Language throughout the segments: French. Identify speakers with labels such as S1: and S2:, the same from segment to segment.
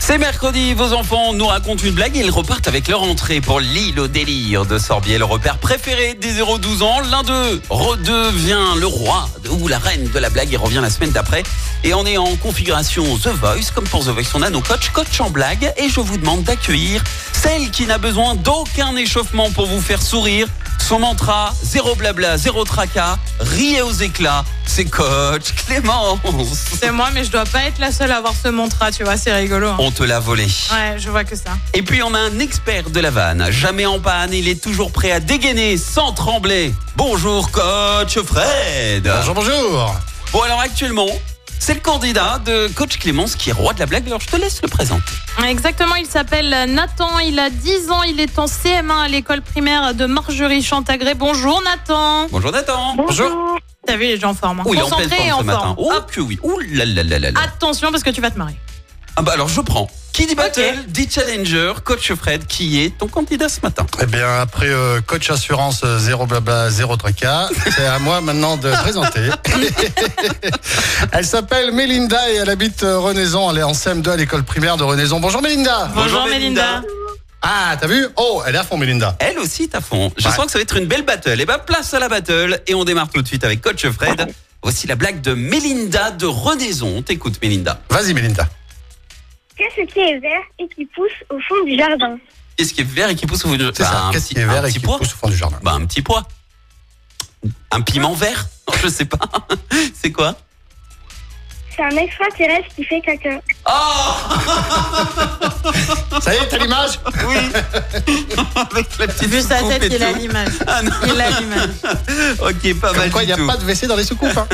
S1: C'est mercredi, vos enfants nous racontent une blague et ils repartent avec leur entrée pour l'île au délire de Sorbier, le repère préféré des 0-12 ans. L'un d'eux redevient le roi ou la reine de la blague et revient la semaine d'après. Et on est en configuration The Voice, comme pour The Voice, on a nos coachs, coach en blague. Et je vous demande d'accueillir celle qui n'a besoin d'aucun échauffement pour vous faire sourire. Son mantra, zéro blabla, zéro tracas, riez aux éclats. C'est coach Clémence.
S2: C'est moi, mais je dois pas être la seule à avoir ce mantra, tu vois, c'est rigolo. hein.
S1: On te l'a volé.
S2: Ouais, je vois que ça.
S1: Et puis on a un expert de la vanne, jamais en panne, il est toujours prêt à dégainer sans trembler. Bonjour coach Fred.
S3: Bonjour, bonjour
S1: Bon alors actuellement, c'est le candidat de coach Clémence qui est roi de la blague, alors je te laisse le présenter.
S2: Exactement, il s'appelle Nathan, il a 10 ans, il est en CM1 à l'école primaire de Margerie Chantagré. Bonjour Nathan
S1: Bonjour Nathan.
S3: Bonjour
S2: T'as vu, les gens en forme. hein.
S1: Oui, Oh, en pleine
S2: Concentré et
S1: forme
S2: en
S1: ce matin.
S2: forme.
S1: Oh
S2: Hop. Ah.
S1: que oui. Ouh là là là là là.
S2: Attention parce que tu vas te marier.
S1: Ah bah alors je prends. Qui dit battle,
S2: Ok.
S1: dit challenger, coach Fred, qui est ton candidat ce matin
S3: Eh bien, après euh, coach assurance euh, zéro blabla, zéro tracas, c'est à moi maintenant de présenter. elle s'appelle Mélinda et elle habite euh, Renaison. Elle est en CM2 à l'école primaire de Renaison. Bonjour Mélinda
S1: Bonjour,
S2: Bonjour Mélinda.
S3: Ah, t'as vu Oh, elle est à fond Mélinda.
S1: Elle aussi, à fond. Je
S3: Ouais.
S1: sens que ça va être une belle battle. Et ben, place à la battle. Et on démarre tout de suite avec Coach Fred. Voici la blague de Mélinda de Renaison. T'écoutes, Mélinda.
S3: Vas-y Mélinda.
S4: Qu'est-ce qui est vert et qui pousse au fond du jardin
S1: Qu'est-ce qui est vert et qui pousse au bout du
S3: C'est
S1: Bah,
S3: ça,
S1: un
S3: qu'est-ce
S1: petit-
S3: qui est vert
S1: un
S3: et
S1: petit
S3: qui
S1: pois.
S3: pousse au fond du jardin
S1: Bah, un petit pois. Un piment vert Non, je sais pas. C'est quoi
S4: C'est un extraterrestre qui fait caca.
S1: Oh
S3: Ça y est, t'as l'image
S1: Oui Avec la petite
S2: Vu sa
S1: soucoupe
S2: tête,
S1: et
S2: il a
S1: tout.
S2: l'image.
S1: Ah non.
S2: Il a l'image.
S1: Ok, pas
S3: Comme
S1: mal
S3: quoi, il
S1: du
S3: n'y a
S1: tout.
S3: pas de WC dans les soucoupes. hein.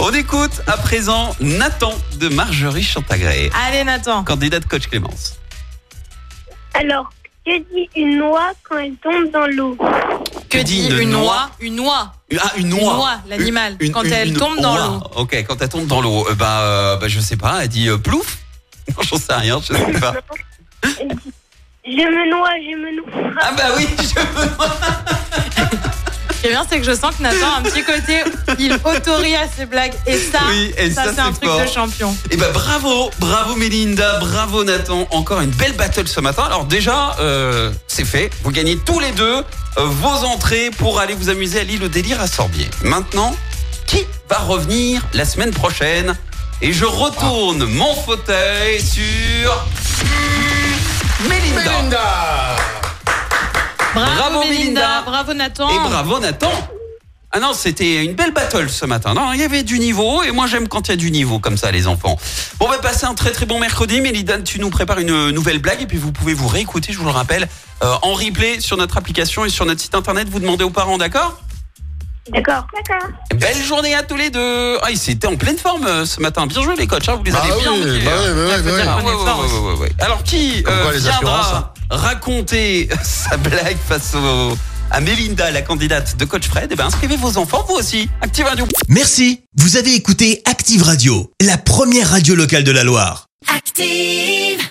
S1: On écoute à présent Nathan de Margerie Chantagré,
S2: Allez Nathan.
S1: candidat de coach Clémence.
S4: Alors, que dit une noix quand elle tombe dans l'eau
S1: Que dit une
S2: une
S1: noix
S2: noix Une noix.
S1: Ah, une
S2: Une
S1: noix.
S2: noix, l'animal, quand elle tombe dans
S1: oie.
S2: l'eau.
S1: Ok, quand elle tombe dans l'eau, euh, bah, euh, bah, je sais pas, elle dit euh, plouf Non, j'en sais rien, je sais pas.
S4: Elle dit, Je me noie, je me noie.
S1: Ah bah oui, je me noie.
S2: Ce qui est bien, c'est que je sens que Nathan a un petit côté, il autorise à ses blagues. Et ça,
S1: Oui, et ça,
S2: c'est un
S1: c'est
S2: truc
S1: fort.
S2: de champion.
S1: Et bah bravo, bravo Mélinda, bravo Nathan, encore une belle battle ce matin. Alors déjà, euh, c'est fait, vous gagnez tous les deux euh, vos entrées pour aller vous amuser à l'île au délire à Sorbier. Maintenant, qui va revenir la semaine prochaine Et je retourne mon fauteuil sur... Mélinda.
S3: Mélinda
S2: Bravo,
S1: Bravo,
S2: Mélinda.
S1: Mélinda.
S2: bravo Nathan.
S1: Et bravo Nathan Ah non, c'était une belle battle ce matin. Non, il y avait du niveau et moi j'aime quand il y a du niveau comme ça les enfants. Bon, on va passer un très très bon mercredi. Mélida, tu nous prépares une nouvelle blague et puis vous pouvez vous réécouter, je vous le rappelle, euh, en replay sur notre application et sur notre site internet. Vous demandez aux parents, d'accord
S4: D'accord. D'accord.
S1: Belle journée à tous les deux. Ah, ils étaient en pleine forme euh, ce matin. Bien joué les coachs, hein, vous les
S3: Bah
S1: avez bien
S3: oui,
S1: motivés,
S3: bah
S1: hein.
S3: oui, bah oui, bah oui.
S1: Ah,
S2: on est
S1: ouais, ouais,
S2: fort
S1: ouais,
S2: aussi.
S1: ouais, ouais, ouais. Alors qui
S3: Comme
S1: euh,
S3: quoi, les assurances, hein.
S1: viendra raconter sa blague face au, à Mélinda, la candidate de Coach Fred Eh ben, inscrivez vos enfants, vous aussi. Active Radio.
S5: Merci, vous avez écouté Active Radio, la première radio locale de la Loire.
S6: active.